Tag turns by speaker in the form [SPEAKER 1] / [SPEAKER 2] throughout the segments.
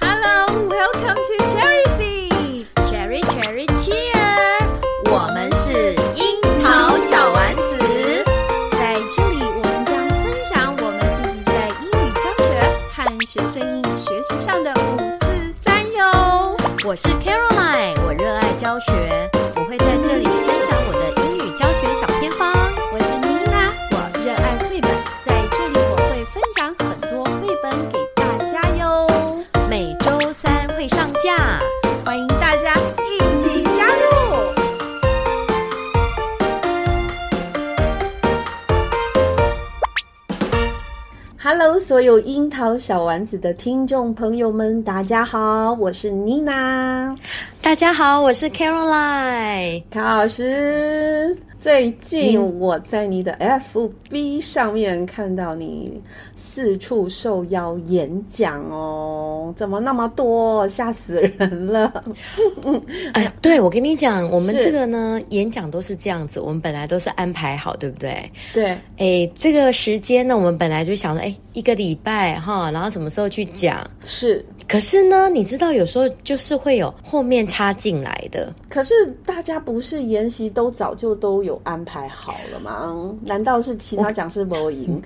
[SPEAKER 1] Hello, welcome to Cherry Seeds. Cherry, Cherry, Cheer. 我们是樱桃小丸子，在这里我们将分享我们自己在英语教学和学生英语学习上的五四三哟。
[SPEAKER 2] 我是 Caroline，我热爱教学，我会在这里分享我的英语教学小偏方。
[SPEAKER 1] 我是妮娜，我热爱绘本，在这里我会分享很多绘本给大家哟。
[SPEAKER 2] 每周三会上架。
[SPEAKER 1] 欢迎大家一起加入。Hello，所有樱桃小丸子的听众朋友们，大家好，我是妮娜。
[SPEAKER 2] 大家好，我是 Caroline。嗯
[SPEAKER 1] 卡老师，最近我在你的 FB 上面看到你四处受邀演讲哦，怎么那么多，吓死人了！
[SPEAKER 2] 哎，对，我跟你讲，我们
[SPEAKER 1] 是
[SPEAKER 2] 这个呢，演讲都是这样子，我们本来都是安排好，对不对？
[SPEAKER 1] 对，
[SPEAKER 2] 哎，这个时间呢，我们本来就想说，哎，一个礼拜哈，然后什么时候去讲？
[SPEAKER 1] 是，
[SPEAKER 2] 可是呢，你知道，有时候就是会有后面插进来的，
[SPEAKER 1] 可是大家不是研习都早就都有安排好了吗？难道是其他讲师没有赢？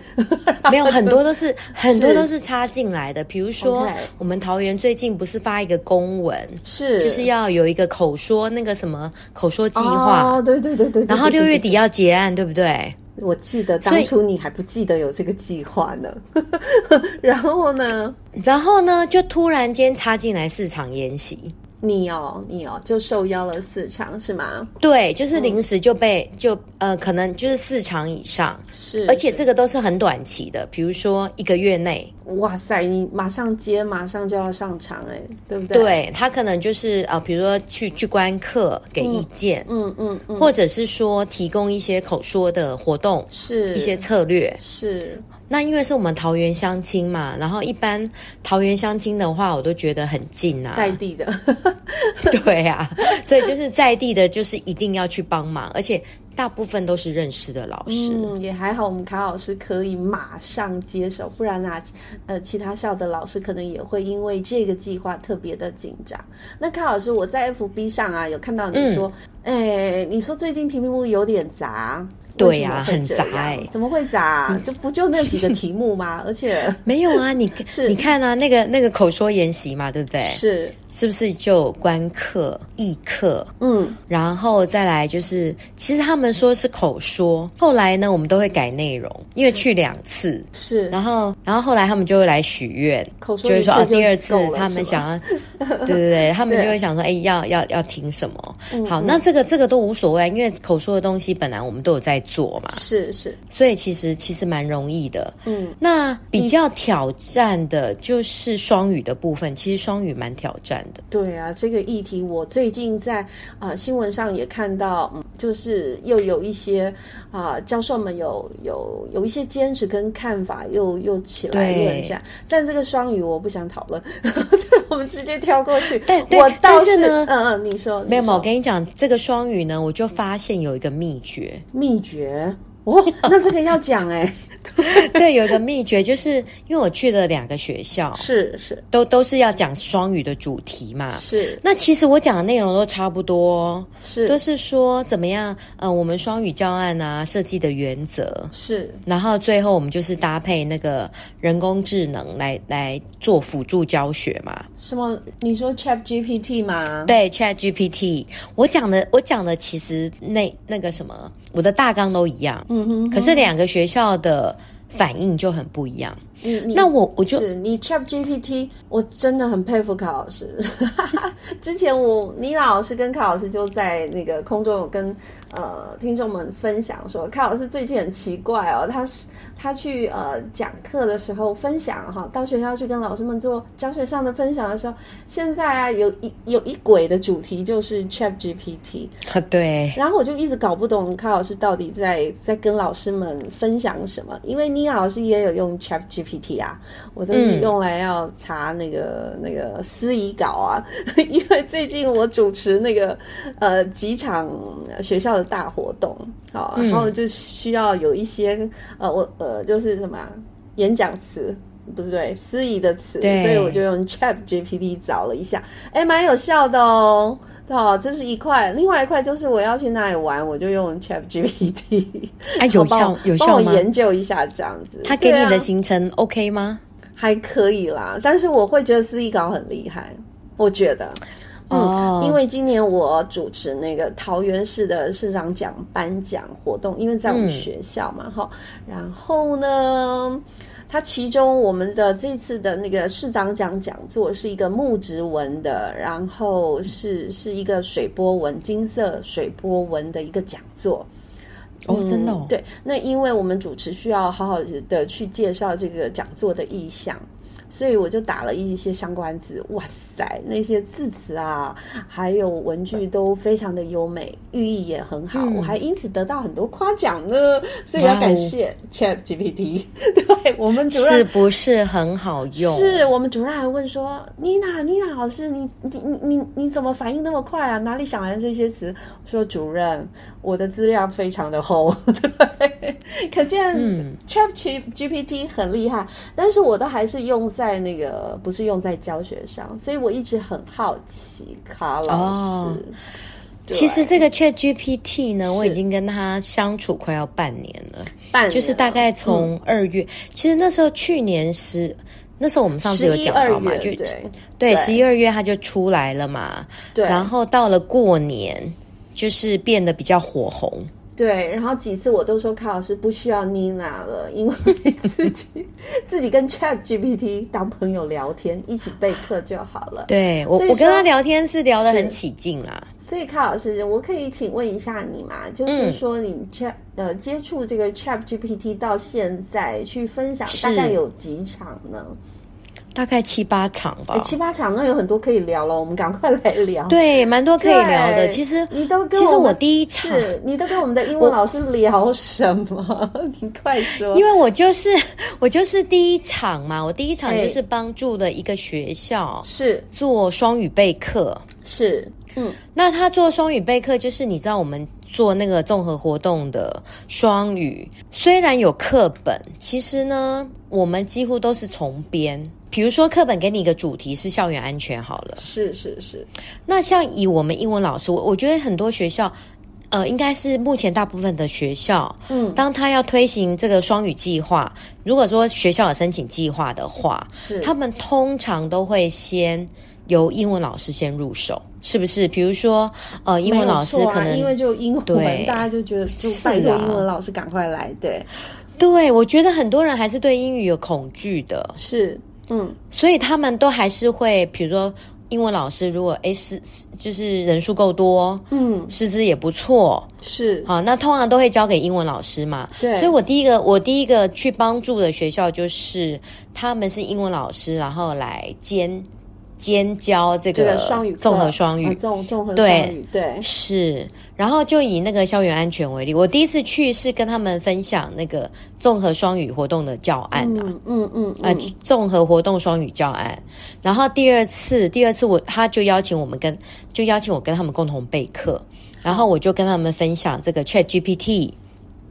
[SPEAKER 2] 没有很多都是很多都是插进来的。比如说
[SPEAKER 1] OK
[SPEAKER 2] 我们桃园最近不是发一个公文，
[SPEAKER 1] 是，
[SPEAKER 2] 就是要有一个口说那个什么口说计划，
[SPEAKER 1] 哦，对对对对对
[SPEAKER 2] 然后
[SPEAKER 1] 对
[SPEAKER 2] 六
[SPEAKER 1] 对
[SPEAKER 2] 月
[SPEAKER 1] 对
[SPEAKER 2] 底要结案，对不对？
[SPEAKER 1] 我记得
[SPEAKER 2] 所
[SPEAKER 1] 当
[SPEAKER 2] 以
[SPEAKER 1] 初你还不记得有这个计划呢， 然后呢，
[SPEAKER 2] 然后呢，就突然间插进来市场研习，
[SPEAKER 1] 你哦，你哦，就受邀了四场是吗？
[SPEAKER 2] 对，就是临时就被、就呃，可能就是四场以上，
[SPEAKER 1] 哦是，
[SPEAKER 2] 而且这个都是很短期的，比如说一个月内，
[SPEAKER 1] 哇塞，你马上接，马上就要上场哎、对不对？，
[SPEAKER 2] 对他可能就是呃，比如说去去观课给意见，
[SPEAKER 1] 嗯嗯嗯，
[SPEAKER 2] 或者是说提供一些口说的活动。
[SPEAKER 1] 是
[SPEAKER 2] 一些策略，
[SPEAKER 1] 是
[SPEAKER 2] 那因为是我们桃园相亲嘛，然后一般桃园相亲的话，我都觉得很近啊，
[SPEAKER 1] 在地的，
[SPEAKER 2] 对啊，所以就是在地的，就是一定要去帮忙，而且大部分都是认识的老师。
[SPEAKER 1] 嗯，也还好，我们卡老师可以马上接手，不然啊，呃，其他校的老师可能也会因为这个计划特别的紧张。那卡老师，我在 FB 上啊有看到
[SPEAKER 2] 嗯
[SPEAKER 1] 你说，哎、你说最近题目有点杂，
[SPEAKER 2] 对呀
[SPEAKER 1] 为什么会这样
[SPEAKER 2] 很杂哎
[SPEAKER 1] 怎么会杂？就不就那几个题目吗？而且
[SPEAKER 2] 没有啊，你
[SPEAKER 1] 是
[SPEAKER 2] 你看啊，那个那个口说研习嘛，对 不对？
[SPEAKER 1] 是，
[SPEAKER 2] 是不是就有观课、议课，
[SPEAKER 1] 嗯，
[SPEAKER 2] 然后再来就是，其实他们说是口说，后来呢，我们都会改内容，
[SPEAKER 1] 嗯
[SPEAKER 2] 因为去两次，
[SPEAKER 1] 是
[SPEAKER 2] 然后，然后后来他们就会来许愿，
[SPEAKER 1] 口说
[SPEAKER 2] 就
[SPEAKER 1] 一
[SPEAKER 2] 会
[SPEAKER 1] 次
[SPEAKER 2] 说哦，
[SPEAKER 1] 就
[SPEAKER 2] 第二次
[SPEAKER 1] 够了
[SPEAKER 2] 他
[SPEAKER 1] 是
[SPEAKER 2] 们
[SPEAKER 1] 吧
[SPEAKER 2] 想要， 对对对，他们
[SPEAKER 1] 对
[SPEAKER 2] 就会 想说，哎，要要要听什么？
[SPEAKER 1] 嗯
[SPEAKER 2] 好，那这个这个都无所谓，因为口说的东西本来我们都有在做嘛，
[SPEAKER 1] 是是，
[SPEAKER 2] 所以其实其实蛮容易的。
[SPEAKER 1] 嗯，
[SPEAKER 2] 那比较挑战的就是双语的部分，其实双语蛮挑战的。
[SPEAKER 1] 对啊，这个议题我最近在啊、呃新闻上也看到，嗯，就是又有一些啊、教授们有有有一些坚持跟看法又又起来
[SPEAKER 2] 对
[SPEAKER 1] 论战，但这个双语我不想讨论， 我们直接跳过去。
[SPEAKER 2] 但对
[SPEAKER 1] 我倒
[SPEAKER 2] 但是呢
[SPEAKER 1] 嗯嗯，你说
[SPEAKER 2] 没有，
[SPEAKER 1] 你
[SPEAKER 2] 没有
[SPEAKER 1] 说
[SPEAKER 2] 我跟你讲，这个双语呢，我就发现有一个秘诀，
[SPEAKER 1] 秘诀 哦，那这个要讲哎、
[SPEAKER 2] 对，有一个秘诀，就是因为我去了两个学校，
[SPEAKER 1] 是是
[SPEAKER 2] 都都是要讲双语的主题嘛，
[SPEAKER 1] 是
[SPEAKER 2] 那其实我讲的内容都差不多，
[SPEAKER 1] 是
[SPEAKER 2] 都是说怎么样，呃，我们双语教案啊设计的原则，
[SPEAKER 1] 是
[SPEAKER 2] 然后最后我们就是搭配那个人工智能来来做辅助教学嘛。
[SPEAKER 1] 什么？你说 Chat GPT 吗？
[SPEAKER 2] 对，Chat GPT，我讲的我讲的其实那那个什嗯么，我的大纲都一样，嗯哼可是两个学校的反应就很不一样。
[SPEAKER 1] 你你
[SPEAKER 2] 那我我就是
[SPEAKER 1] 你 Chat GPT，我真的很佩服卡老师。 之前我妮娜老师跟卡老师就在那个空中有跟呃听众们分享说，卡老师最近很奇怪哦，他是他去呃讲课的时候分享哈，到学校去跟老师们做教学上的分享的时候，现在啊有一有一轨的主题就是 Chat GPT，
[SPEAKER 2] 啊对，
[SPEAKER 1] 然后我就一直搞不懂卡老师到底在在跟老师们分享什么，因为妮娜老师也有用 Chat GPT 啊，我都是
[SPEAKER 2] 嗯
[SPEAKER 1] 用来要查那个、那个司仪稿啊， 因为最近我主持那个呃几场学校的大活动，好，
[SPEAKER 2] 嗯
[SPEAKER 1] 然后就需要有一些呃我呃就是什么啊演讲词。不是对司仪的词，
[SPEAKER 2] 对
[SPEAKER 1] 所以我就用 Chat GPT 找了一下，哎，蛮有效的哦。哦，这是一块，另外一块就是我要去哪里玩，我就用 Chat GPT。
[SPEAKER 2] 啊有
[SPEAKER 1] 帮
[SPEAKER 2] 效
[SPEAKER 1] 我
[SPEAKER 2] 有效
[SPEAKER 1] 帮
[SPEAKER 2] 吗
[SPEAKER 1] 我？研究一下这样子。
[SPEAKER 2] 他给你
[SPEAKER 1] 对
[SPEAKER 2] 的
[SPEAKER 1] 啊
[SPEAKER 2] 行程 OK 吗？
[SPEAKER 1] 还可以啦，但是我会觉得司仪稿很厉害，我觉得。
[SPEAKER 2] 哦
[SPEAKER 1] 嗯，因为今年我主持那个桃园市的市长奖颁奖活动，因为在我们
[SPEAKER 2] 嗯
[SPEAKER 1] 学校嘛，哈、然后呢，它其中我们的这次的那个市长奖讲座是一个木质纹的，然后是是一个水波纹，金色水波纹的一个讲座。
[SPEAKER 2] 哦，真的、
[SPEAKER 1] 嗯
[SPEAKER 2] 哦，，
[SPEAKER 1] 对，那因为我们主持需要好好的去介绍这个讲座的意向。所以我就打了一些相关字，哇塞，那些字词啊，还有文句都非常的优美，寓意也很好，
[SPEAKER 2] 嗯
[SPEAKER 1] 我还因此得到很多夸奖呢，所以要
[SPEAKER 2] 哇
[SPEAKER 1] 感
[SPEAKER 2] 哦
[SPEAKER 1] 谢 Chat GPT，对 我们主任
[SPEAKER 2] 是不是很好用？
[SPEAKER 1] 是我们主任还问说：“妮娜，妮娜老师，你你你你你怎么反应那么快啊？哪里想来这些词？”我说：“主任，我的资料非常的厚， 对，可见
[SPEAKER 2] 嗯
[SPEAKER 1] Chat G- GPT 很厉害，但是我都还是用在那个不是用在教学上，所以我一直很好奇卡老师。
[SPEAKER 2] 哦
[SPEAKER 1] 对
[SPEAKER 2] 其实这个 Chat GPT 呢，
[SPEAKER 1] 是
[SPEAKER 2] 我已经跟他相处快要半年了，
[SPEAKER 1] 半年
[SPEAKER 2] 就是大概从
[SPEAKER 1] 嗯
[SPEAKER 2] 二月，其实那时候去年十，那时候我们上次有
[SPEAKER 1] 十一
[SPEAKER 2] 讲
[SPEAKER 1] 二
[SPEAKER 2] 到嘛，
[SPEAKER 1] 月，
[SPEAKER 2] 就
[SPEAKER 1] 对
[SPEAKER 2] 对
[SPEAKER 1] 对
[SPEAKER 2] 十一二月它就出来了嘛，
[SPEAKER 1] 对，
[SPEAKER 2] 然后到了过年就是变得比较火红，
[SPEAKER 1] 对，然后几次我都说卡老师不需要妮娜了，因为自己自己跟 Chat GPT 当朋友聊天，一起备课就好了。
[SPEAKER 2] 对我
[SPEAKER 1] 所以
[SPEAKER 2] 我跟
[SPEAKER 1] 说
[SPEAKER 2] 他聊天是聊得
[SPEAKER 1] 是
[SPEAKER 2] 很起劲啦，
[SPEAKER 1] 所以卡老师，我可以请问一下你嘛？就是
[SPEAKER 2] 嗯
[SPEAKER 1] 说你 Chat、呃接触这个 Chat GPT 到现在去分享，
[SPEAKER 2] 是啊
[SPEAKER 1] 大概有几场呢？哎
[SPEAKER 2] 大概七八场吧，
[SPEAKER 1] 诶七八场，那有很多可以聊了，我们赶快来聊。
[SPEAKER 2] 对，蛮多可以聊的。
[SPEAKER 1] 对
[SPEAKER 2] 其实
[SPEAKER 1] 你都跟
[SPEAKER 2] 其实
[SPEAKER 1] 我
[SPEAKER 2] 我
[SPEAKER 1] 们
[SPEAKER 2] 第一场，
[SPEAKER 1] 是，你都跟我们的 英文老师聊什么？ 你快说。
[SPEAKER 2] 因为我就是 我就是第一场嘛，我第一场
[SPEAKER 1] 哎
[SPEAKER 2] 就是帮助了一个学校
[SPEAKER 1] 是
[SPEAKER 2] 做双语备课。
[SPEAKER 1] 是，嗯，
[SPEAKER 2] 那他做双语备课，就是你知道我们做那个综合活动的双语，虽然有课本，其实呢，我们几乎都是重编。比如说课本给你一个主题是校园安全好了，
[SPEAKER 1] 是是是，
[SPEAKER 2] 那像以我们英文老师，我我觉得很多学校，呃，应该是目前大部分的学校，
[SPEAKER 1] 嗯，
[SPEAKER 2] 当他要推行这个双语计划，如果说学校有申请计划的话，
[SPEAKER 1] 是
[SPEAKER 2] 他们通常都会先由英文老师先入手，是不是？比如说，呃，英文老师
[SPEAKER 1] 没有错啊
[SPEAKER 2] 可能、
[SPEAKER 1] 因为就英文，
[SPEAKER 2] 对
[SPEAKER 1] 大家就觉得就是
[SPEAKER 2] 啊
[SPEAKER 1] 拜托英文老师赶快来，对，
[SPEAKER 2] 对我觉得很多人还是对英语有恐惧的，
[SPEAKER 1] 是，嗯，
[SPEAKER 2] 所以他们都还是会，比如说英文老师如果诶师就是人数够多，
[SPEAKER 1] 嗯，
[SPEAKER 2] 师资也不错，
[SPEAKER 1] 是，
[SPEAKER 2] 好，啊那通常都会交给英文老师嘛。
[SPEAKER 1] 对
[SPEAKER 2] 所以我第一个我第一个去帮助的学校就是他们是英文老师，然后来兼兼教这
[SPEAKER 1] 这
[SPEAKER 2] 个
[SPEAKER 1] 个双语课
[SPEAKER 2] 综合双
[SPEAKER 1] 啊
[SPEAKER 2] 语。
[SPEAKER 1] 综综合
[SPEAKER 2] 对
[SPEAKER 1] 双语，对，
[SPEAKER 2] 是，然后就以那个校园安全为例，我第一次去是跟他们分享那个综合双语活动的教案啊，
[SPEAKER 1] 嗯嗯嗯，
[SPEAKER 2] 呃
[SPEAKER 1] 嗯，
[SPEAKER 2] 综合活动双语教案。然后第二次，第二次我他就邀请我们跟就邀请我跟他们共同备课，然后我就跟他们分享这个 Chat GPT，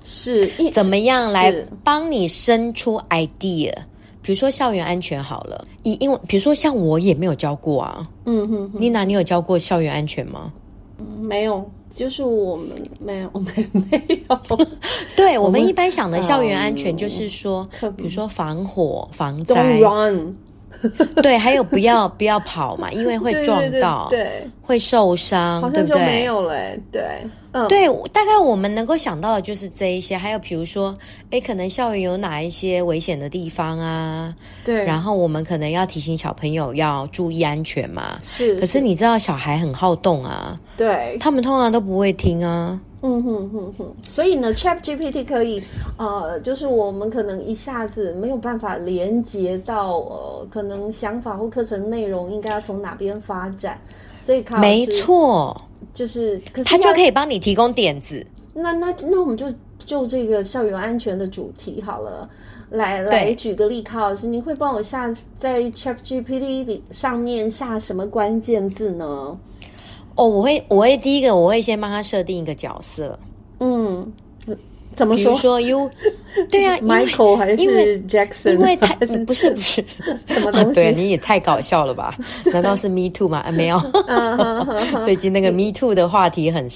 [SPEAKER 1] 是一
[SPEAKER 2] 怎么样来
[SPEAKER 1] 是
[SPEAKER 2] 帮你生出 idea？比如说校园安全好了，以英文，比如说像我也没有教过啊，
[SPEAKER 1] 嗯嗯嗯，
[SPEAKER 2] 妮娜，你有教过校园安全吗？
[SPEAKER 1] 没有，就是我们没有，没没 有，
[SPEAKER 2] 对我
[SPEAKER 1] 们
[SPEAKER 2] 们一般想的校园安全
[SPEAKER 1] 嗯
[SPEAKER 2] 就是说
[SPEAKER 1] 课，
[SPEAKER 2] 比如说防火、防
[SPEAKER 1] don't
[SPEAKER 2] 灾，
[SPEAKER 1] run，
[SPEAKER 2] 对，还有不要 不要跑嘛，因为会
[SPEAKER 1] 对对
[SPEAKER 2] 撞
[SPEAKER 1] 对
[SPEAKER 2] 到，
[SPEAKER 1] 对，
[SPEAKER 2] 会受伤
[SPEAKER 1] 好，
[SPEAKER 2] 对
[SPEAKER 1] 像
[SPEAKER 2] 不
[SPEAKER 1] 就没
[SPEAKER 2] 对？
[SPEAKER 1] 有嘞，对，嗯，，
[SPEAKER 2] 对，大概我们能够想到的就是这一些，还有比如说，诶，可能校园有哪一些危险的地方啊？
[SPEAKER 1] 对，
[SPEAKER 2] 然后我们可能要提醒小朋友要注意安全嘛。
[SPEAKER 1] 是，
[SPEAKER 2] 可是你知道，小孩很好动啊，
[SPEAKER 1] 对，
[SPEAKER 2] 他们通常都不会听啊。
[SPEAKER 1] 嗯哼哼哼，所以呢，Chat GPT 可以，呃，就是我们可能一下子没有办法连接到，呃，可能想法或课程内容应该要从哪边发展，所以卡老师
[SPEAKER 2] 没，错，
[SPEAKER 1] 就是啊可是
[SPEAKER 2] 他就
[SPEAKER 1] 要
[SPEAKER 2] 可以帮你提供点子。
[SPEAKER 1] 那那那我们就就这个校园安全的主题好了，来
[SPEAKER 2] 对
[SPEAKER 1] 来举个例，卡老师，您会帮我下在 Chat GPT 里上面下什么关键字呢？
[SPEAKER 2] 哦，我会，我会第一个，我会先帮他设定一个角色，
[SPEAKER 1] 嗯，怎么
[SPEAKER 2] 比如 说 you，对啊，因为
[SPEAKER 1] Michael 还
[SPEAKER 2] 因为
[SPEAKER 1] 是 Jackson，
[SPEAKER 2] 因为 他
[SPEAKER 1] 还是
[SPEAKER 2] 不是不是
[SPEAKER 1] 什么东西？
[SPEAKER 2] 对，啊你也太搞笑了吧？难道是 Me Too 吗？啊 没有，
[SPEAKER 1] 嗯
[SPEAKER 2] 最近那个 Me Too 的话题很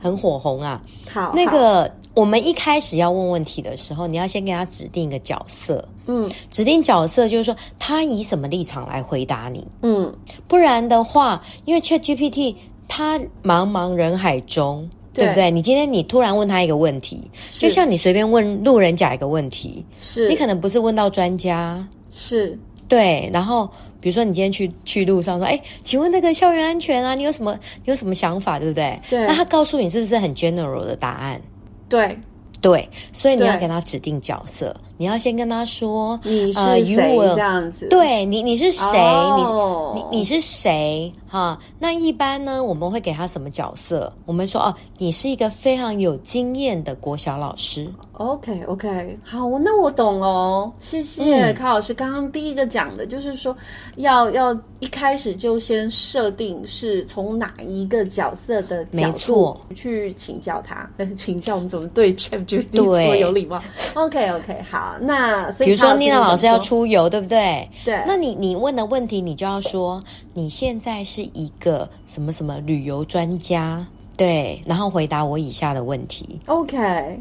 [SPEAKER 2] 很火红啊。
[SPEAKER 1] 好，
[SPEAKER 2] 那
[SPEAKER 1] 好
[SPEAKER 2] 个我们一开始要问问题的时候，你要先给他指定一个角色，
[SPEAKER 1] 嗯
[SPEAKER 2] 指定角色就是说他以什么立场来回答你，
[SPEAKER 1] 嗯，
[SPEAKER 2] 不然的话，因为 Chat GPT 它茫茫人海中。
[SPEAKER 1] 对
[SPEAKER 2] 对不对？你今天你突然问他一个问题，
[SPEAKER 1] 是
[SPEAKER 2] 就像你随便问路人甲一个问题，
[SPEAKER 1] 是
[SPEAKER 2] 你可能不是问到专家，
[SPEAKER 1] 是
[SPEAKER 2] 对，然后比如说你今天去去路上说，哎，请问那个校园安全啊，你有什么你有什么想法，对不对？
[SPEAKER 1] 对
[SPEAKER 2] 那他告诉你是不是很 general 的答案？
[SPEAKER 1] 对，
[SPEAKER 2] 对，所以你要
[SPEAKER 1] 对
[SPEAKER 2] 给他指定角色，你要先跟他说
[SPEAKER 1] 你
[SPEAKER 2] 呃
[SPEAKER 1] 是
[SPEAKER 2] ，you
[SPEAKER 1] 谁
[SPEAKER 2] will-
[SPEAKER 1] 这样子？
[SPEAKER 2] 对你你是谁？
[SPEAKER 1] 哦
[SPEAKER 2] 你你你是谁？哈，那一般呢，我们会给他什么角色？我们说哦，你是一个非常有经验的国小老师。
[SPEAKER 1] OK OK，好，那我懂哦，谢谢
[SPEAKER 2] 嗯
[SPEAKER 1] 卡老师。刚刚第一个讲的就是说，要要一开始就先设定是从哪一个角色的角
[SPEAKER 2] 没
[SPEAKER 1] 度
[SPEAKER 2] 错
[SPEAKER 1] 去请教他， 请教我们怎么对 ChatGPT 这
[SPEAKER 2] 对
[SPEAKER 1] 么有礼貌。OK OK，好，那所以
[SPEAKER 2] 比如说
[SPEAKER 1] 卡
[SPEAKER 2] 妮娜
[SPEAKER 1] 你怎么
[SPEAKER 2] 老师要
[SPEAKER 1] 说
[SPEAKER 2] 出游，对不对？
[SPEAKER 1] 对
[SPEAKER 2] 那你你问的问题，你就要说你现在是一个什么什么旅游专家，对，然后回答我以下的问 题，
[SPEAKER 1] OK，
[SPEAKER 2] 啊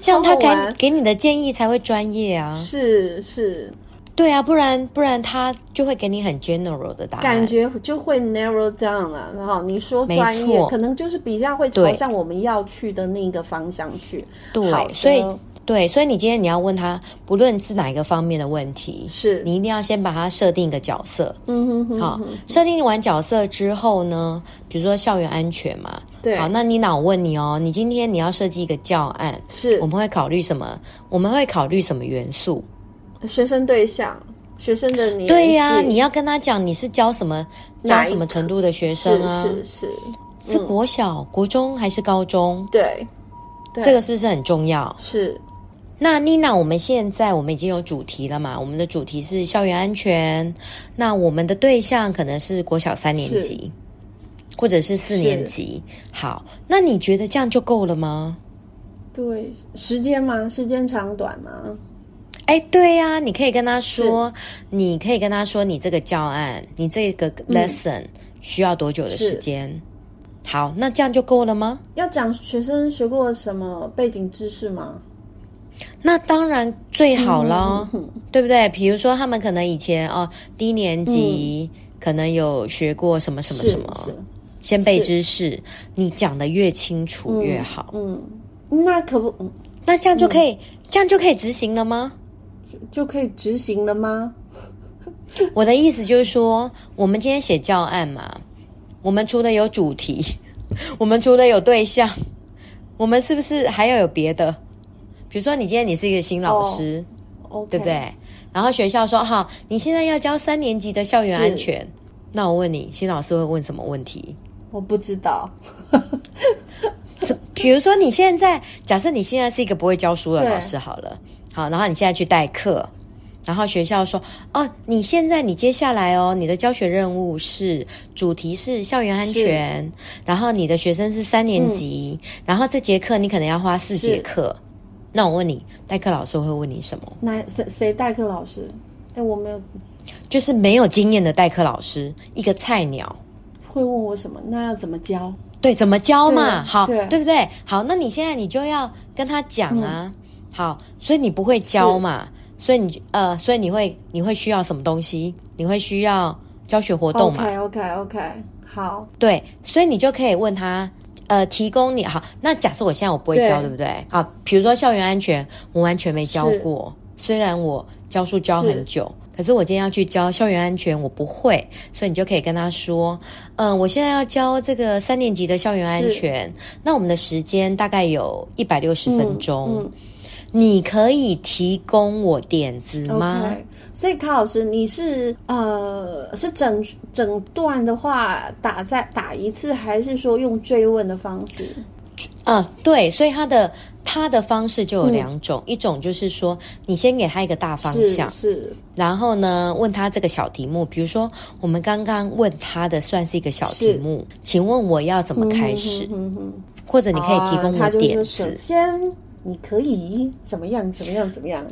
[SPEAKER 2] 这样他
[SPEAKER 1] 好
[SPEAKER 2] 给
[SPEAKER 1] 好玩
[SPEAKER 2] 给你的建议才会专业啊。
[SPEAKER 1] 是是，
[SPEAKER 2] 对啊，不然不然他就会给你很 general 的答案。
[SPEAKER 1] 感觉就会 narrow down 了，然后你说
[SPEAKER 2] 哎没
[SPEAKER 1] 专业，
[SPEAKER 2] 错
[SPEAKER 1] 可能就是比较会朝
[SPEAKER 2] 对
[SPEAKER 1] 向我们要去的那个方向去。好的
[SPEAKER 2] 对，所以对，所以你今天你要问他，不论是哪一个方面的问题，
[SPEAKER 1] 是
[SPEAKER 2] 你一定要先把他设定一个角色。
[SPEAKER 1] 嗯哼哼，
[SPEAKER 2] 好，设定完角色之后呢，比如说校园安全嘛，
[SPEAKER 1] 对
[SPEAKER 2] 好，那妮娜我问你哦，你今天你要设计一个教案，
[SPEAKER 1] 是
[SPEAKER 2] 我们会考虑什么？我们会考虑什么元素？
[SPEAKER 1] 学生对象，学生的年纪，
[SPEAKER 2] 对呀、你要跟他讲你是教什么
[SPEAKER 1] 哪
[SPEAKER 2] 教
[SPEAKER 1] 一
[SPEAKER 2] 什么程度的学
[SPEAKER 1] 是
[SPEAKER 2] 生啊？
[SPEAKER 1] 是嗯是，
[SPEAKER 2] 是国小、国中还是高中？
[SPEAKER 1] 对，对
[SPEAKER 2] 这个是不是很重要？
[SPEAKER 1] 是
[SPEAKER 2] 那妮娜，我们现在我们已经有主题了嘛？我们的主题是校园安全，那我们的对象可能是国小三年级，或者是四年级。好，那你觉得这样就够了吗？
[SPEAKER 1] 对时间吗？时间长短吗？
[SPEAKER 2] 哎，对呀、你可以跟他说，你可以跟他说，你这个教案，你这个 lesson、需要多久的时间？好，那这样就够了吗？
[SPEAKER 1] 要讲学生学过什么背景知识吗？
[SPEAKER 2] 那当然最好
[SPEAKER 1] 嗯
[SPEAKER 2] 啦，对不对？比如说他们可能以前哦低年级、可能有学过什么什么
[SPEAKER 1] 是
[SPEAKER 2] 什么
[SPEAKER 1] 嗯是，
[SPEAKER 2] 先辈知识，你讲的越清楚越
[SPEAKER 1] 嗯
[SPEAKER 2] 好。
[SPEAKER 1] 嗯，那可不嗯
[SPEAKER 2] 那这样就可以，这样就可以执行了吗？
[SPEAKER 1] 就可以执行了吗？
[SPEAKER 2] 我的意思就是说，我们今天写教案嘛，我们除了有主题， 我们除了有对象，我们是不是还要有别的？比如说，你今天你是一个新老
[SPEAKER 1] 哦
[SPEAKER 2] 师。
[SPEAKER 1] o k
[SPEAKER 2] 对不对？然后学校说好，你现在要教三年级的校园
[SPEAKER 1] 是
[SPEAKER 2] 安全。那我问你，新老师会问什么问题？
[SPEAKER 1] 我不知道。
[SPEAKER 2] 是比如说，你现在假设你现在是一个不会教书的
[SPEAKER 1] 对
[SPEAKER 2] 老师，好了，好，然后你现在去代课，然后学校说，哦，你现在你接下来哦，你的教学任务是主题是校园安全，然后你的学生是三年级，
[SPEAKER 1] 嗯
[SPEAKER 2] 然后这节课你可能要花四节
[SPEAKER 1] 是
[SPEAKER 2] 课。那我问你，代课老师会问你什么？
[SPEAKER 1] 那谁谁代课老师？哎，我没有
[SPEAKER 2] 就是没有经验的代课老师，一个菜鸟，
[SPEAKER 1] 会问我什么？那要怎么教？
[SPEAKER 2] 对，怎么教嘛？
[SPEAKER 1] 对
[SPEAKER 2] 好，
[SPEAKER 1] 对
[SPEAKER 2] 不对？好，那你现在你就要跟他讲
[SPEAKER 1] 嗯
[SPEAKER 2] 啊。好，所以你不会教嘛？所以你就呃，所以你会你会需要什么东西？你会需要教学活动嘛
[SPEAKER 1] OK OK OK，好，
[SPEAKER 2] 对，所以你就可以问他，呃提供你好，那假设我现在我不会
[SPEAKER 1] 对
[SPEAKER 2] 教，对不对？好，比如说校园安全，我完全没教
[SPEAKER 1] 是
[SPEAKER 2] 过，虽然我教书教
[SPEAKER 1] 是
[SPEAKER 2] 很久。可是我今天要去教校园安全，我不会，所以你就可以跟他说，嗯，我现在要教这个三年级的校园安
[SPEAKER 1] 是
[SPEAKER 2] 全，那我们的时间大概有一百六十分钟，
[SPEAKER 1] 嗯
[SPEAKER 2] 你可以提供我点子吗
[SPEAKER 1] OK，所以卡老师，你是呃是整整段的话打在打一次，还是说用追问的方式？
[SPEAKER 2] 嗯，对，所以他的他的方式就有
[SPEAKER 1] 嗯
[SPEAKER 2] 两种，一种就是说你先给他一个大方
[SPEAKER 1] 是
[SPEAKER 2] 向，
[SPEAKER 1] 是
[SPEAKER 2] 然后呢问他这个小题目，比如说我们刚刚问他的算是一个小
[SPEAKER 1] 是
[SPEAKER 2] 题目，请问我要怎么开始，
[SPEAKER 1] 嗯哼哼哼
[SPEAKER 2] 或者你可以提供
[SPEAKER 1] 啊
[SPEAKER 2] 我
[SPEAKER 1] 他就
[SPEAKER 2] 点
[SPEAKER 1] 是说
[SPEAKER 2] 子
[SPEAKER 1] 首。先你可以怎么样怎么样怎么 样，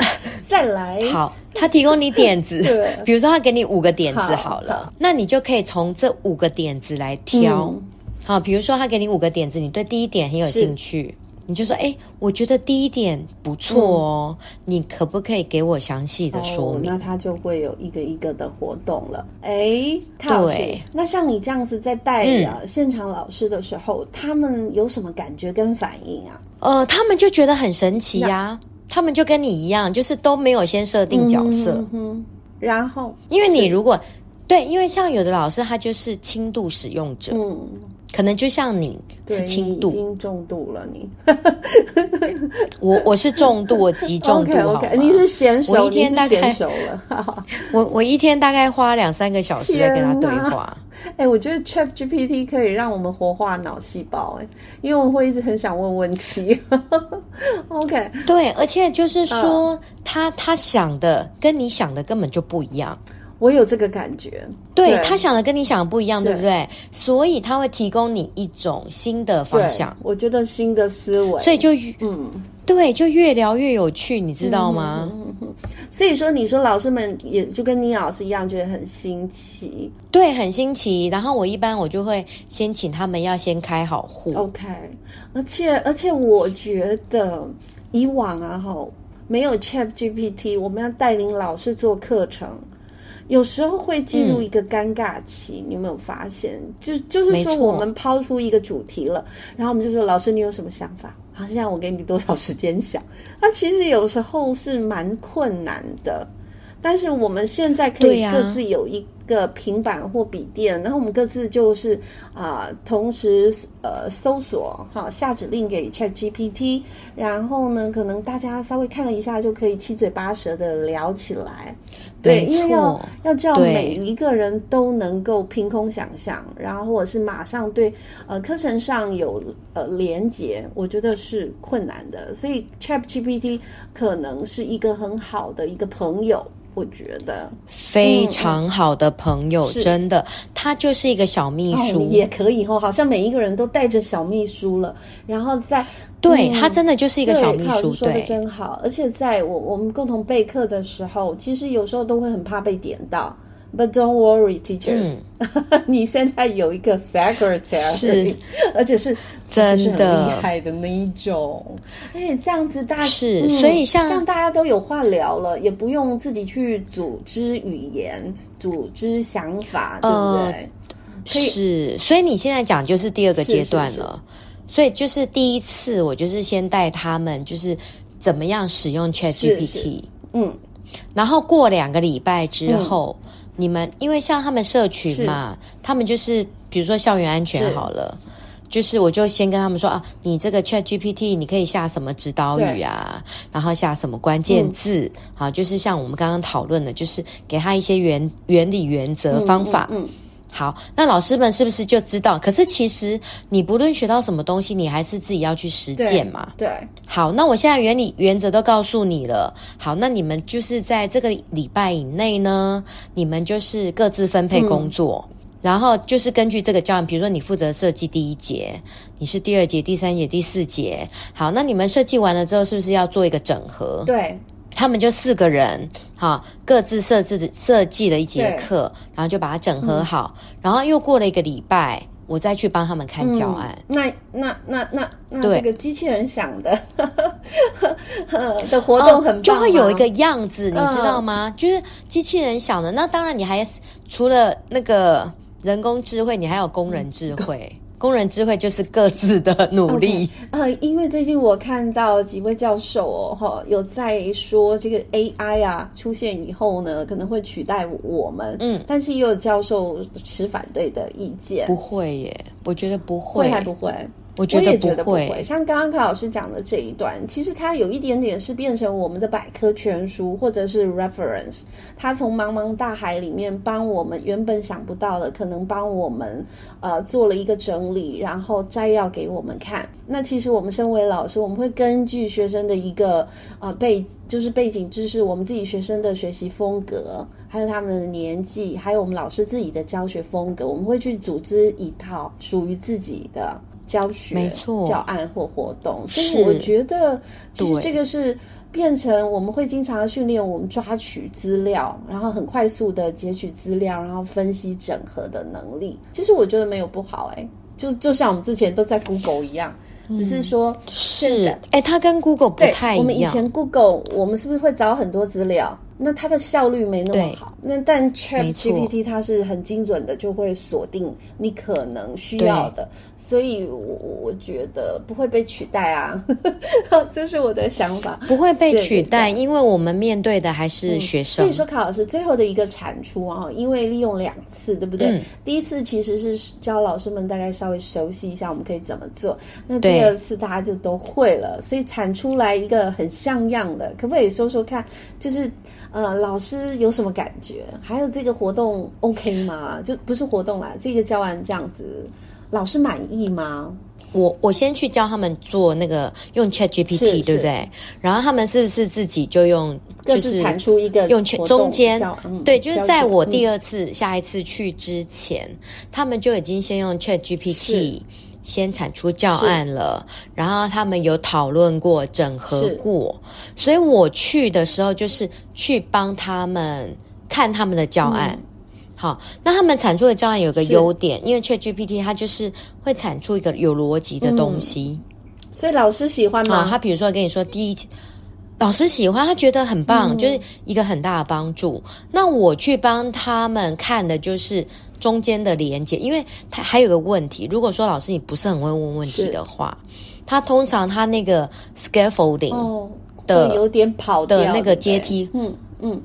[SPEAKER 1] 再来
[SPEAKER 2] 好，他提供你点子
[SPEAKER 1] 对，
[SPEAKER 2] 比如说他给你五个点子
[SPEAKER 1] 好
[SPEAKER 2] 好了，
[SPEAKER 1] 好
[SPEAKER 2] 那你就可以从这五个点子来挑。
[SPEAKER 1] 嗯
[SPEAKER 2] 好，比如说他给你五个点子，你对第一点很有
[SPEAKER 1] 是
[SPEAKER 2] 兴趣，你就说：“哎、我觉得第一点不错哦，你可不可以给我详细的说
[SPEAKER 1] 嗯哦，
[SPEAKER 2] 明？”
[SPEAKER 1] 那他就会有一个一个的活动了。哎，卡老师
[SPEAKER 2] 对，嗯
[SPEAKER 1] 那像你这样子在带、呃现场老师的时候，他们有什么感觉跟反应啊？
[SPEAKER 2] 呃，他们就觉得很神奇呀、他们就跟你一样，就是都没有先设定角色，
[SPEAKER 1] 嗯哼哼然后
[SPEAKER 2] 因为你如果对，因为像有的老师他就是轻度使用者，
[SPEAKER 1] 嗯，
[SPEAKER 2] 可能就像你
[SPEAKER 1] 对
[SPEAKER 2] 是轻
[SPEAKER 1] 你已
[SPEAKER 2] 度，
[SPEAKER 1] 经重度了你。
[SPEAKER 2] 我我是重度，我极重 度
[SPEAKER 1] 哦 OK
[SPEAKER 2] 好
[SPEAKER 1] OK，
[SPEAKER 2] 吗
[SPEAKER 1] 你是娴
[SPEAKER 2] 我
[SPEAKER 1] 熟，
[SPEAKER 2] 一
[SPEAKER 1] 你
[SPEAKER 2] 天
[SPEAKER 1] 是
[SPEAKER 2] 大概
[SPEAKER 1] 娴熟了。
[SPEAKER 2] 我我一天大概花两三个小时在跟他对
[SPEAKER 1] 天哪
[SPEAKER 2] 话。
[SPEAKER 1] 哎、我觉得 Chat GPT 可以让我们活化脑细胞、哎，因为我们会一直很想问问题。OK，
[SPEAKER 2] 对，而且就是说，
[SPEAKER 1] 嗯
[SPEAKER 2] 他他想的跟你想的根本就不一样。
[SPEAKER 1] 我有这个感觉。
[SPEAKER 2] 对他想的跟你想的不一样，
[SPEAKER 1] 对
[SPEAKER 2] 对不对？所以他会提供你一种新的
[SPEAKER 1] 对
[SPEAKER 2] 方向，
[SPEAKER 1] 我觉得新的思维，
[SPEAKER 2] 所以就越
[SPEAKER 1] 嗯，
[SPEAKER 2] 对就越聊越有趣，你知道吗？
[SPEAKER 1] 所以说你说老师们也就跟倪老师一样，觉得很新奇。
[SPEAKER 2] 对，很新奇。然后我一般我就会先请他们要先开好户，
[SPEAKER 1] OK，而且而且我觉得以往啊哈，没有 Chat GPT，我们要带领老师做课程。有时候会进
[SPEAKER 2] 嗯
[SPEAKER 1] 入一个尴尬期，你有没有发现？就就是
[SPEAKER 2] 没
[SPEAKER 1] 说，
[SPEAKER 2] 错
[SPEAKER 1] 我们抛出一个主题了，然后我们就说：“老师，你有什么想法？”好，现在我给你多少时间想？那其实有时候是蛮困难的，但是我们现在可
[SPEAKER 2] 对
[SPEAKER 1] 以
[SPEAKER 2] 呀
[SPEAKER 1] 各自有一个平板或笔电，然后我们各自就是啊、同时呃搜索哈，下指令给 Chat GPT，然后呢，可能大家稍微看了一下就可以七嘴八舌的聊起来。对，
[SPEAKER 2] 没
[SPEAKER 1] 因为要
[SPEAKER 2] 错。
[SPEAKER 1] 要叫
[SPEAKER 2] 对
[SPEAKER 1] 每一个人都能够凭空想象，然后或者是马上对呃课程上有呃连结，我觉得是困难的。所以 Chat GPT 可能是一个很好的一个朋友，我觉得
[SPEAKER 2] 非常好的朋友，
[SPEAKER 1] 嗯是
[SPEAKER 2] 真的，他就是一个小秘
[SPEAKER 1] 哦
[SPEAKER 2] 书，
[SPEAKER 1] 也可以哦，好像每一个人都带着小秘书了，然后在
[SPEAKER 2] 对、
[SPEAKER 1] 嗯
[SPEAKER 2] 他真的就是一个
[SPEAKER 1] 对
[SPEAKER 2] 小秘
[SPEAKER 1] 康老
[SPEAKER 2] 书
[SPEAKER 1] 师，说的
[SPEAKER 2] 对，
[SPEAKER 1] 真好，而且在我我们共同备课的时候，其实有时候都会很怕被点到。But don't worry, teachers，、你 现在有一个 secretary，
[SPEAKER 2] 嗯是，
[SPEAKER 1] 而且是
[SPEAKER 2] 真的
[SPEAKER 1] 就是很厉害的那一种。而且这样子大嗯
[SPEAKER 2] 是所以像
[SPEAKER 1] 这样大家都有话聊了，也不用自己去组织语言、组织想法，对不
[SPEAKER 2] 呃
[SPEAKER 1] 对？可以
[SPEAKER 2] 是，所以你现在讲就是第二个
[SPEAKER 1] 是
[SPEAKER 2] 阶
[SPEAKER 1] 是
[SPEAKER 2] 段
[SPEAKER 1] 是
[SPEAKER 2] 了。所以就是第一次，我就是先带他们，就是怎么样使用
[SPEAKER 1] 是
[SPEAKER 2] ChatGPT，
[SPEAKER 1] 嗯，
[SPEAKER 2] 然后过两个礼拜之后，你们因为像他们社群嘛，他们就是比如说校园安
[SPEAKER 1] 是
[SPEAKER 2] 全好了。就是，我就先跟他们说啊，你这个 Chat GPT 你可以下什么指导语啊，然后下什么关键字，
[SPEAKER 1] 嗯
[SPEAKER 2] 好，就是像我们刚刚讨论的，就是给他一些原原理、原则、方法，
[SPEAKER 1] 嗯，嗯
[SPEAKER 2] 好，那老师们是不是就知道？可是其实你不论学到什么东西，你还是自己要去实
[SPEAKER 1] 对
[SPEAKER 2] 践嘛。
[SPEAKER 1] 对，
[SPEAKER 2] 好，那我现在原理原则都告诉你了。好，那你们就是在这个礼拜以内呢，你们就是各自分配工作。然后就是根据这个教案，比如说你负责设计第一节，你是第二节、第三节、第四节。好，那你们设计完了之后，是不是要做一个整合？
[SPEAKER 1] 对，
[SPEAKER 2] 他们就四个人，哈，各自设置的设计了一节课，然后就把它整合好，
[SPEAKER 1] 嗯
[SPEAKER 2] 然后又过了一个礼拜，我再去帮他们看教案。
[SPEAKER 1] 那那那那那
[SPEAKER 2] 嗯对
[SPEAKER 1] 这个机器人想 的的活动很棒吗、
[SPEAKER 2] 哦就会有一个样子，你
[SPEAKER 1] 嗯
[SPEAKER 2] 知道吗？就是机器人想的。那当然，你还除了那个人工智慧，你还有工人智慧。工人智慧就是各自的努力。
[SPEAKER 1] 呃，因为最近我看到几位教授哦，哈，有在说这个 AI 啊出现以后呢，可能会取代我们，
[SPEAKER 2] 嗯
[SPEAKER 1] 但是也有教授持反对的意见，
[SPEAKER 2] 不会耶，我觉得不会，
[SPEAKER 1] 会还不会？
[SPEAKER 2] 我觉得
[SPEAKER 1] 也
[SPEAKER 2] 不
[SPEAKER 1] 觉得不
[SPEAKER 2] 会
[SPEAKER 1] 会。像刚刚柯老师讲的这一段，其实它有一点点是变成我们的百科全书或者是 reference，它从茫茫大海里面帮我们原本想不到的，可能帮我们呃做了一个整理，然后摘要给我们看。那其实我们身为老师，我们会根据学生的一个呃背就是背景知识，我们自己学生的学习风格，还有他们的年纪，还有我们老师自己的教学风格，我们会去组织一套属于自己的。教学
[SPEAKER 2] 没错
[SPEAKER 1] 教案或活动，所
[SPEAKER 2] 是
[SPEAKER 1] 以我觉得其实
[SPEAKER 2] 对
[SPEAKER 1] 这个是变成我们会经常训练我们抓取资料，然后很快速的截取资料，然后分析整合的能力。其实我觉得没有不好、哎，就就像我们之前都在 Google 一样，只是说现
[SPEAKER 2] 嗯是
[SPEAKER 1] 在，
[SPEAKER 2] 哎、它跟 Google 不
[SPEAKER 1] 对
[SPEAKER 2] 太
[SPEAKER 1] 我们以
[SPEAKER 2] 一样。
[SPEAKER 1] 前 Google 我们是不是会找很多资料？那它的效率没那么
[SPEAKER 2] 对
[SPEAKER 1] 好。那但 Chat
[SPEAKER 2] 没错
[SPEAKER 1] GPT 它是很精准的，就会锁定你可能需要的，所以我我觉得不会被取代啊， 这是我的想法。
[SPEAKER 2] 不会被
[SPEAKER 1] 对
[SPEAKER 2] 取代，
[SPEAKER 1] 对嗯
[SPEAKER 2] 因为我们面对的还是学
[SPEAKER 1] 所
[SPEAKER 2] 生。
[SPEAKER 1] 以说，卡老师最后的一个产出啊，因为利用两次，对不对？
[SPEAKER 2] 嗯
[SPEAKER 1] 第一次其实是教老师们大概稍微熟悉一下我们可以怎么做，那
[SPEAKER 2] 对
[SPEAKER 1] 第二次大家就都会了，所以产出来一个很像样的，可不可以说说看？就是呃，老师有什么感觉？还有这个活动 OK 吗？就不是活动啦，这个教案这样子，老师满意吗？
[SPEAKER 2] 我我先去教他们做那个用 Chat
[SPEAKER 1] 是
[SPEAKER 2] GPT，对不对？然后他们是不是自己就用
[SPEAKER 1] 各
[SPEAKER 2] 就
[SPEAKER 1] 自
[SPEAKER 2] 是
[SPEAKER 1] 产出一个
[SPEAKER 2] 用
[SPEAKER 1] 活动
[SPEAKER 2] Chat 中间
[SPEAKER 1] 教嗯
[SPEAKER 2] 对，就是在我
[SPEAKER 1] 教学
[SPEAKER 2] 第二次、下一次去之前，他们就已经先用 Chat
[SPEAKER 1] 是
[SPEAKER 2] GPT 先产出教案了，然后他们有讨论过、整合
[SPEAKER 1] 是
[SPEAKER 2] 过，所以我去的时候就是去帮他们看他们的教案。
[SPEAKER 1] 嗯
[SPEAKER 2] 好，那他们产出的教案有个
[SPEAKER 1] 是
[SPEAKER 2] 优点，因为 ChatGPT 它就是会产出一个有逻辑
[SPEAKER 1] 嗯
[SPEAKER 2] 的东西
[SPEAKER 1] 所以老师喜欢
[SPEAKER 2] 啊。
[SPEAKER 1] 吗？
[SPEAKER 2] 他比如说跟你说第一，老师喜欢，他觉得很棒，
[SPEAKER 1] 嗯
[SPEAKER 2] 就是一个很大的帮助。那我去帮他们看的就是中间的连接，因为他还有个问题，如果说老师你不是很会问问题
[SPEAKER 1] 是
[SPEAKER 2] 的话，他通常他那个 scaffolding、
[SPEAKER 1] 哦，
[SPEAKER 2] 的
[SPEAKER 1] 会有点跑掉
[SPEAKER 2] 的那
[SPEAKER 1] 对
[SPEAKER 2] 个
[SPEAKER 1] 不对
[SPEAKER 2] 阶梯，
[SPEAKER 1] 嗯嗯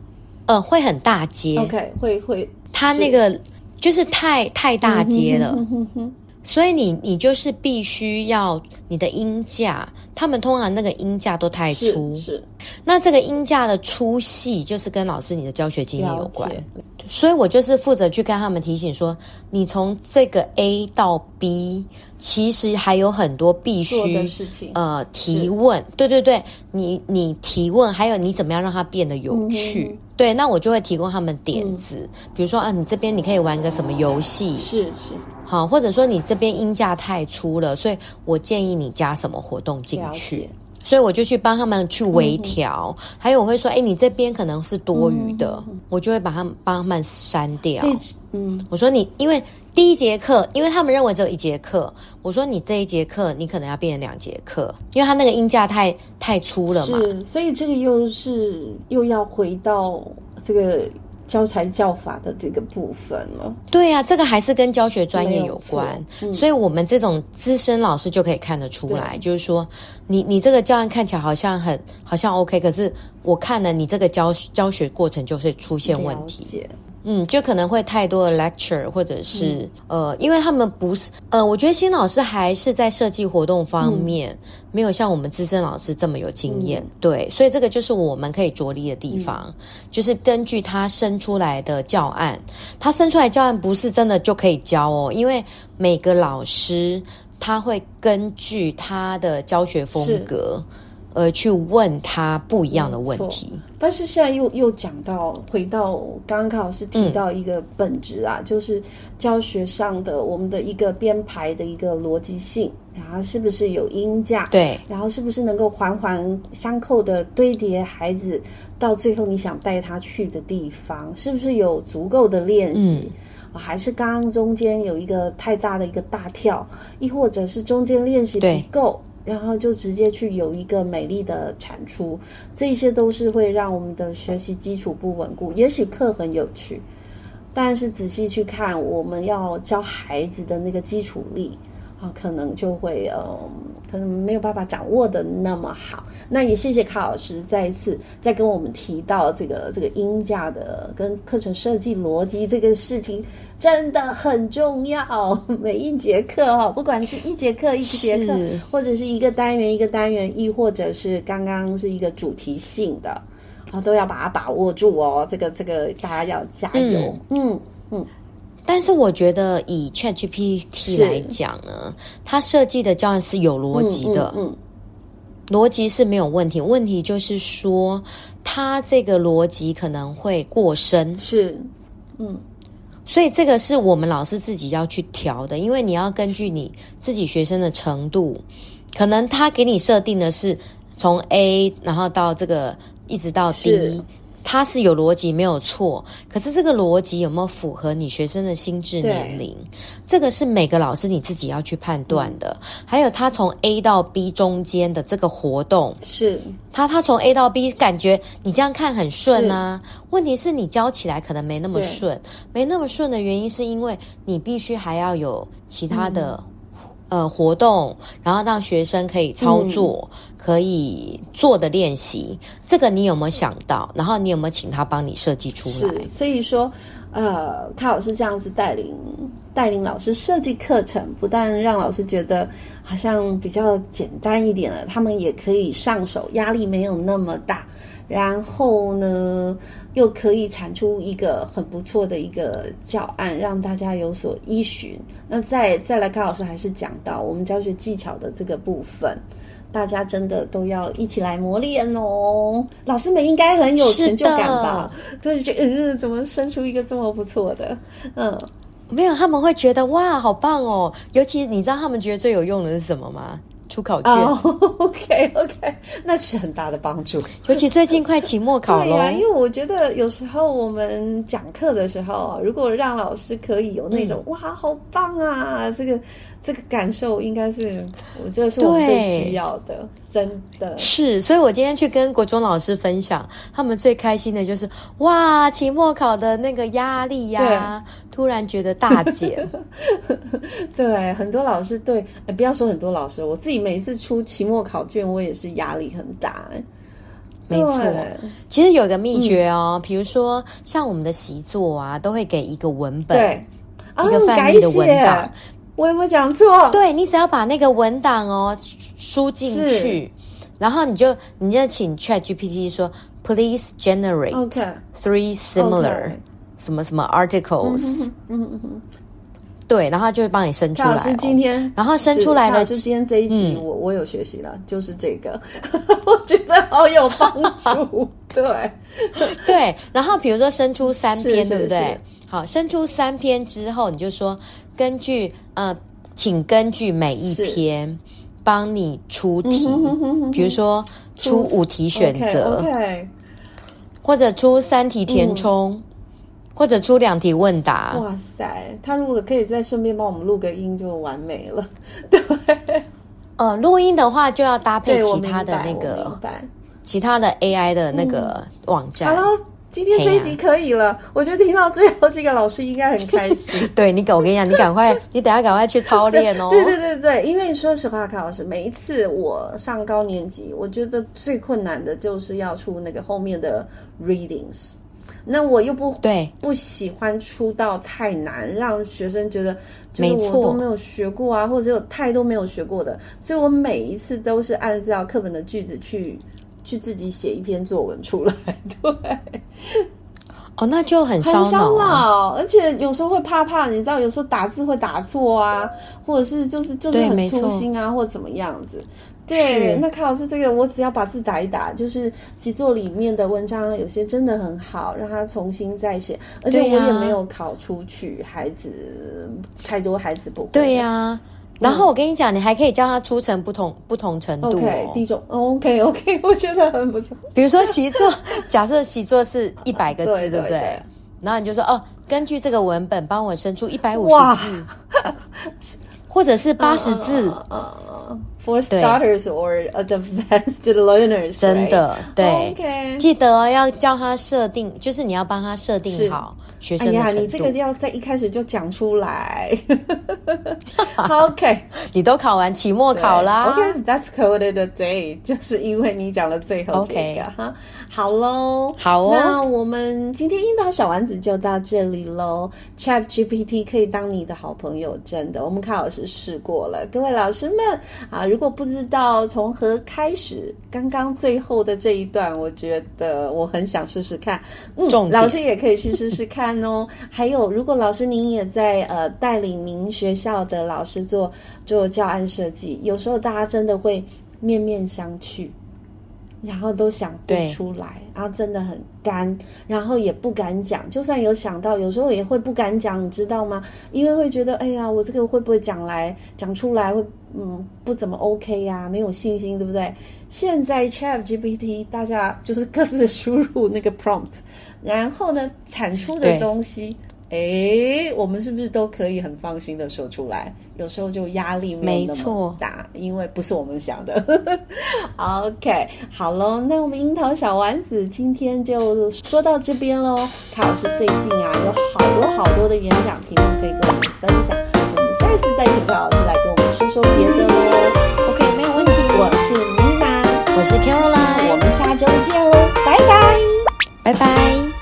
[SPEAKER 2] 呃，会很大阶，
[SPEAKER 1] ，OK，会会嗯
[SPEAKER 2] 他那个就是太太大阶了。所以你你就是必须要你的音架，他们通常那个音架都太
[SPEAKER 1] 是
[SPEAKER 2] 粗，
[SPEAKER 1] 是
[SPEAKER 2] 那这个音架的粗细就是跟老师你的教学经验有
[SPEAKER 1] 了
[SPEAKER 2] 关。
[SPEAKER 1] 解，
[SPEAKER 2] 所以我就是负责去跟他们提醒说，你从这个 A 到 B，其实还有很多必
[SPEAKER 1] 做的
[SPEAKER 2] 须
[SPEAKER 1] 事情
[SPEAKER 2] 呃提问，对对对，你你提问，还有你怎么样让它变得有趣？
[SPEAKER 1] 嗯
[SPEAKER 2] 对，那我就会提供他们点子，比如说啊，你这边你可以玩个什么游戏，
[SPEAKER 1] 是是
[SPEAKER 2] 好，或者说你这边音架太粗了，所以我建议你加什么活动进
[SPEAKER 1] 了
[SPEAKER 2] 去
[SPEAKER 1] 解。
[SPEAKER 2] 所以我就去帮他们去微
[SPEAKER 1] 嗯
[SPEAKER 2] 调，还有我会说，哎、你这边可能是多余的，我就会把他们帮他们删掉
[SPEAKER 1] 所。以嗯
[SPEAKER 2] 我说你，因为第一节课，因为他们认为只有一节课，我说你这一节课你可能要变成两节课，因为他那个音架太太粗了嘛。
[SPEAKER 1] 是，所以这个又是又要回到这个教材教法的这个部分了，
[SPEAKER 2] 对呀、这个还是跟教学专业
[SPEAKER 1] 没有
[SPEAKER 2] 有关，
[SPEAKER 1] 错嗯
[SPEAKER 2] 所以我们这种资深老师就可以看得出来，就是说，你你这个教案看起来好像很好像 OK，可是我看了你这个教教学过程就会出现问
[SPEAKER 1] 了
[SPEAKER 2] 题，
[SPEAKER 1] 解
[SPEAKER 2] 嗯，就可能会太多的 lecture 或者是、
[SPEAKER 1] 嗯
[SPEAKER 2] 呃，因为他们不是呃，我觉得新老师还是在设计活动方面、
[SPEAKER 1] 嗯
[SPEAKER 2] 没有像我们资深老师这么有经验，对，所以这个就是我们可以着力的地方，
[SPEAKER 1] 嗯
[SPEAKER 2] 就是根据他生出来的教案，他生出来教案不是真的就可以教哦，因为每个老师他会根据他的教学风
[SPEAKER 1] 是嗯
[SPEAKER 2] 格。而去问他不一样的问
[SPEAKER 1] 没错
[SPEAKER 2] 题，
[SPEAKER 1] 但是现在又又讲到，回到刚刚康老师提到一个本质啊，就是教学上的我们的一个编排的一个逻辑性，然后是不是有音架，
[SPEAKER 2] 对，
[SPEAKER 1] 然后是不是能够环环相扣的堆叠孩子到最后你想带他去的地方，是不是有足够的练习？啊
[SPEAKER 2] 嗯
[SPEAKER 1] 还是刚刚中间有一个太大的一个大跳，亦或者是中间练习不
[SPEAKER 2] 对
[SPEAKER 1] 够，然后就直接去有一个美丽的产出，这些都是会让我们的学习基础不稳固。也许课很有趣，但是仔细去看，我们要教孩子的那个基础力，啊，可能就会呃，可能没有办法掌握的那么好。那也谢谢卡老师再一次再跟我们提到这个这个音价的跟课程设计逻辑这个事情真的很重要。 每一节课哦，不管是一节课一节课
[SPEAKER 2] 是，
[SPEAKER 1] 或者是一个单元一个单元，亦或者是刚刚是一个主题性的。啊，都要把它把握住哦，这个这个大家要加油，嗯
[SPEAKER 2] 但是我觉得以 ChatGPT 来讲呢，它设计的教案是有逻辑的，
[SPEAKER 1] 嗯嗯
[SPEAKER 2] 逻辑是没有问题，问题就是说它这个逻辑可能会过深
[SPEAKER 1] 嗯，是，
[SPEAKER 2] 所以这个是我们老师自己要去调的，因为你要根据你自己学生的程度，可能他给你设定的是从 A，然后到这个一直到 D
[SPEAKER 1] 是。
[SPEAKER 2] 它是有逻辑没有错，可是这个逻辑有没有符合你学生的心智
[SPEAKER 1] 对
[SPEAKER 2] 年龄？这个是每个老师你自己要去判断的。还有他从 A 到 B 中间的这个活动，
[SPEAKER 1] 是
[SPEAKER 2] 他他从 A 到 B，感觉你这样看很顺啊。问题是你教起来可能没那么
[SPEAKER 1] 对
[SPEAKER 2] 顺，没那么顺的原因是因为你必须还要有其他的、
[SPEAKER 1] 嗯
[SPEAKER 2] 呃活动，然后让学生可以操作、
[SPEAKER 1] 嗯
[SPEAKER 2] 可以做的练习。这个你有没有想到？然后你有没有请他帮你设计出来？
[SPEAKER 1] 是，所以说，呃，卡老师这样子带领带领老师设计课程，不但让老师觉得好像比较简单一点了，他们也可以上手，压力没有那么大。然后呢，又可以产出一个很不错的一个教案，让大家有所依循。那再再来，卡老师还是讲到我们教学技巧的这个部分，大家真的都要一起来磨练哦。老师们应该很有成就感吧？对，就嗯，怎么生出一个这么不错的？嗯，
[SPEAKER 2] 没有，他们会觉得哇，好棒哦！尤其你知道他们觉得最有用的是什么吗？出考卷，
[SPEAKER 1] 哦、o k OK，那是很大的帮助。
[SPEAKER 2] 尤其最近快期末考
[SPEAKER 1] 对
[SPEAKER 2] 咯。
[SPEAKER 1] 呀、因为我觉得有时候我们讲课的时候啊，如果让老师可以有那
[SPEAKER 2] 嗯
[SPEAKER 1] 种、哇，好棒啊，这个这个感受，应该是我觉得是我们最
[SPEAKER 2] 对
[SPEAKER 1] 需要的，真的。
[SPEAKER 2] 是，所以我今天去跟国中老师分享，他们最开心的就是哇，期末考的那个压力呀、突然觉得大 减。
[SPEAKER 1] 对，很多老师对、呃不要说很多老师，我自己每一次出期末考卷，我也是压力很大。
[SPEAKER 2] 没错
[SPEAKER 1] 对
[SPEAKER 2] 其实有一个秘诀哦，
[SPEAKER 1] 嗯
[SPEAKER 2] 比如说像我们的习作啊，都会给一个文本，
[SPEAKER 1] 对，啊
[SPEAKER 2] 一个范
[SPEAKER 1] 改
[SPEAKER 2] 例的文档
[SPEAKER 1] 写，我有没有讲错？
[SPEAKER 2] 对你只要把那个文档哦输进去，然后你就你就请 Chat GPT 说，Please generate
[SPEAKER 1] OK
[SPEAKER 2] three similar
[SPEAKER 1] OK
[SPEAKER 2] 什么什么 articles，
[SPEAKER 1] 嗯，嗯嗯，
[SPEAKER 2] 对，然后它就会帮你生出
[SPEAKER 1] 蔡
[SPEAKER 2] 来、
[SPEAKER 1] 老师
[SPEAKER 2] 哦。
[SPEAKER 1] 今天，
[SPEAKER 2] 然后生出来
[SPEAKER 1] 是蔡
[SPEAKER 2] 了
[SPEAKER 1] 老师今天这一集
[SPEAKER 2] 嗯
[SPEAKER 1] 我我有学习了，就是这个， 我觉得好有帮助。 对，
[SPEAKER 2] 对，然后比如说生出三
[SPEAKER 1] 是
[SPEAKER 2] 篇，
[SPEAKER 1] 是
[SPEAKER 2] 对不对
[SPEAKER 1] 是？
[SPEAKER 2] 好，生出三篇之后，你就说根据呃，请根据每一
[SPEAKER 1] 是嗯
[SPEAKER 2] 篇帮你出题，比如说出
[SPEAKER 1] 出
[SPEAKER 2] 五题选择
[SPEAKER 1] OK，, o k
[SPEAKER 2] 或者出三题填充，或者出两题问答。
[SPEAKER 1] 嗯哇塞，他如果可以再顺便帮我们录个音，就完美了。
[SPEAKER 2] 呃，录音的话就要搭配
[SPEAKER 1] 对，我
[SPEAKER 2] 其
[SPEAKER 1] 明
[SPEAKER 2] 他的
[SPEAKER 1] 白
[SPEAKER 2] 那
[SPEAKER 1] 我明
[SPEAKER 2] 个
[SPEAKER 1] 白。
[SPEAKER 2] 其他的 AI 的那
[SPEAKER 1] 嗯
[SPEAKER 2] 个网
[SPEAKER 1] 好
[SPEAKER 2] 站。
[SPEAKER 1] 了，今天这一
[SPEAKER 2] 啊
[SPEAKER 1] 集可以了，我觉得听到最后，这个老师应该很开心。
[SPEAKER 2] 对你，我跟你讲，你赶快，你等一下赶快去操练哦。
[SPEAKER 1] 对对对对，因为说实话，卡老师，每一次我上高年级，我觉得最困难的就是要出那个后面的 readings。那我又不
[SPEAKER 2] 对
[SPEAKER 1] 不喜欢出到太难，让学生觉得就是
[SPEAKER 2] 没
[SPEAKER 1] 我
[SPEAKER 2] 错
[SPEAKER 1] 都没有学过啊，或者有太多没有学过的，所以我每一次都是按照课本的句子去去自己写一篇作文出来， 对。
[SPEAKER 2] 哦，那就很烧
[SPEAKER 1] 很伤
[SPEAKER 2] 脑啊、
[SPEAKER 1] 脑，而且有时候会怕怕，你知道，有时候打字会打错啊，或者是就是就是
[SPEAKER 2] 对
[SPEAKER 1] 很
[SPEAKER 2] 没错
[SPEAKER 1] 粗心啊，或怎么样子。对
[SPEAKER 2] 是，
[SPEAKER 1] 那卡老师这个，我只要把字打一打，就是习作里面的文章有些真的很好，让他重新再写，而且我
[SPEAKER 2] 对呀
[SPEAKER 1] 也没有考出去，孩子太多孩子不会。
[SPEAKER 2] 对呀、
[SPEAKER 1] 嗯
[SPEAKER 2] 然后我跟你讲，你还可以教他出成不同不同程度、哦。
[SPEAKER 1] OK，第一种 OK OK，我 觉得很不错。
[SPEAKER 2] 比如说习 作，假设习作是一百个字，
[SPEAKER 1] 对
[SPEAKER 2] 对不
[SPEAKER 1] 对对
[SPEAKER 2] 对？然后你就说哦，根据这个文本帮 我生出一百五
[SPEAKER 1] 哇
[SPEAKER 2] 嗯
[SPEAKER 1] 嗯
[SPEAKER 2] 十字，或者是八十字，
[SPEAKER 1] 呃， for starters or advanced learners，
[SPEAKER 2] 真的
[SPEAKER 1] right?
[SPEAKER 2] 对
[SPEAKER 1] Oh, OK，
[SPEAKER 2] 记得哦要叫他设定，就是你要帮他设定
[SPEAKER 1] 是
[SPEAKER 2] 好学
[SPEAKER 1] 哎
[SPEAKER 2] 生的
[SPEAKER 1] 呀，
[SPEAKER 2] 程度。
[SPEAKER 1] 你这个要在一开始就讲出来。 好 OK，
[SPEAKER 2] 你都考完期末考啦。
[SPEAKER 1] OK，that's、coded a day，就是 因为你讲了最后这个
[SPEAKER 2] OK
[SPEAKER 1] 哈。好喽，
[SPEAKER 2] 好哦
[SPEAKER 1] 那我们今天樱桃小丸子就到这里喽。Chat GPT 可以当你的好朋友，真的，我们康老师试过了。各位老师们啊，如果不知道从何开始，刚刚最后的这一段，我觉得我很想试试看。嗯，
[SPEAKER 2] 重点
[SPEAKER 1] 老师也可以去试试看 哦。还有，如果老师您也在呃带领您学校的老师做做教案设计，有时候大家真的会面面相觑，然后都想不
[SPEAKER 2] 对
[SPEAKER 1] 出来，然后真的很干，然后也不敢讲。就算有想到，有时候也会不敢讲，你知道吗？因为会觉得，哎呀，我这个会不会讲来讲出来会，嗯，不怎么 OK 呀、没有信心，对不对？现在 Chat GPT 大家就是各自输入那个 prompt，然后呢，产出的
[SPEAKER 2] 对
[SPEAKER 1] 东西，哎，我们是不是都可以很放心的说出来？有时候就压力没有
[SPEAKER 2] 没
[SPEAKER 1] 那么
[SPEAKER 2] 错
[SPEAKER 1] 大，因为不是我们想的。OK，好喽，那我们樱桃小丸子今天就说到这边喽。卡老师最近啊有好多好多的演讲题目可以跟我们分享，我们下一次再请卡老师来跟我们说说别的喽。OK，没有问题。我是妮娜，
[SPEAKER 2] 我是
[SPEAKER 1] 我
[SPEAKER 2] Caroline，
[SPEAKER 1] 们下周见喽，拜拜。
[SPEAKER 2] 拜拜。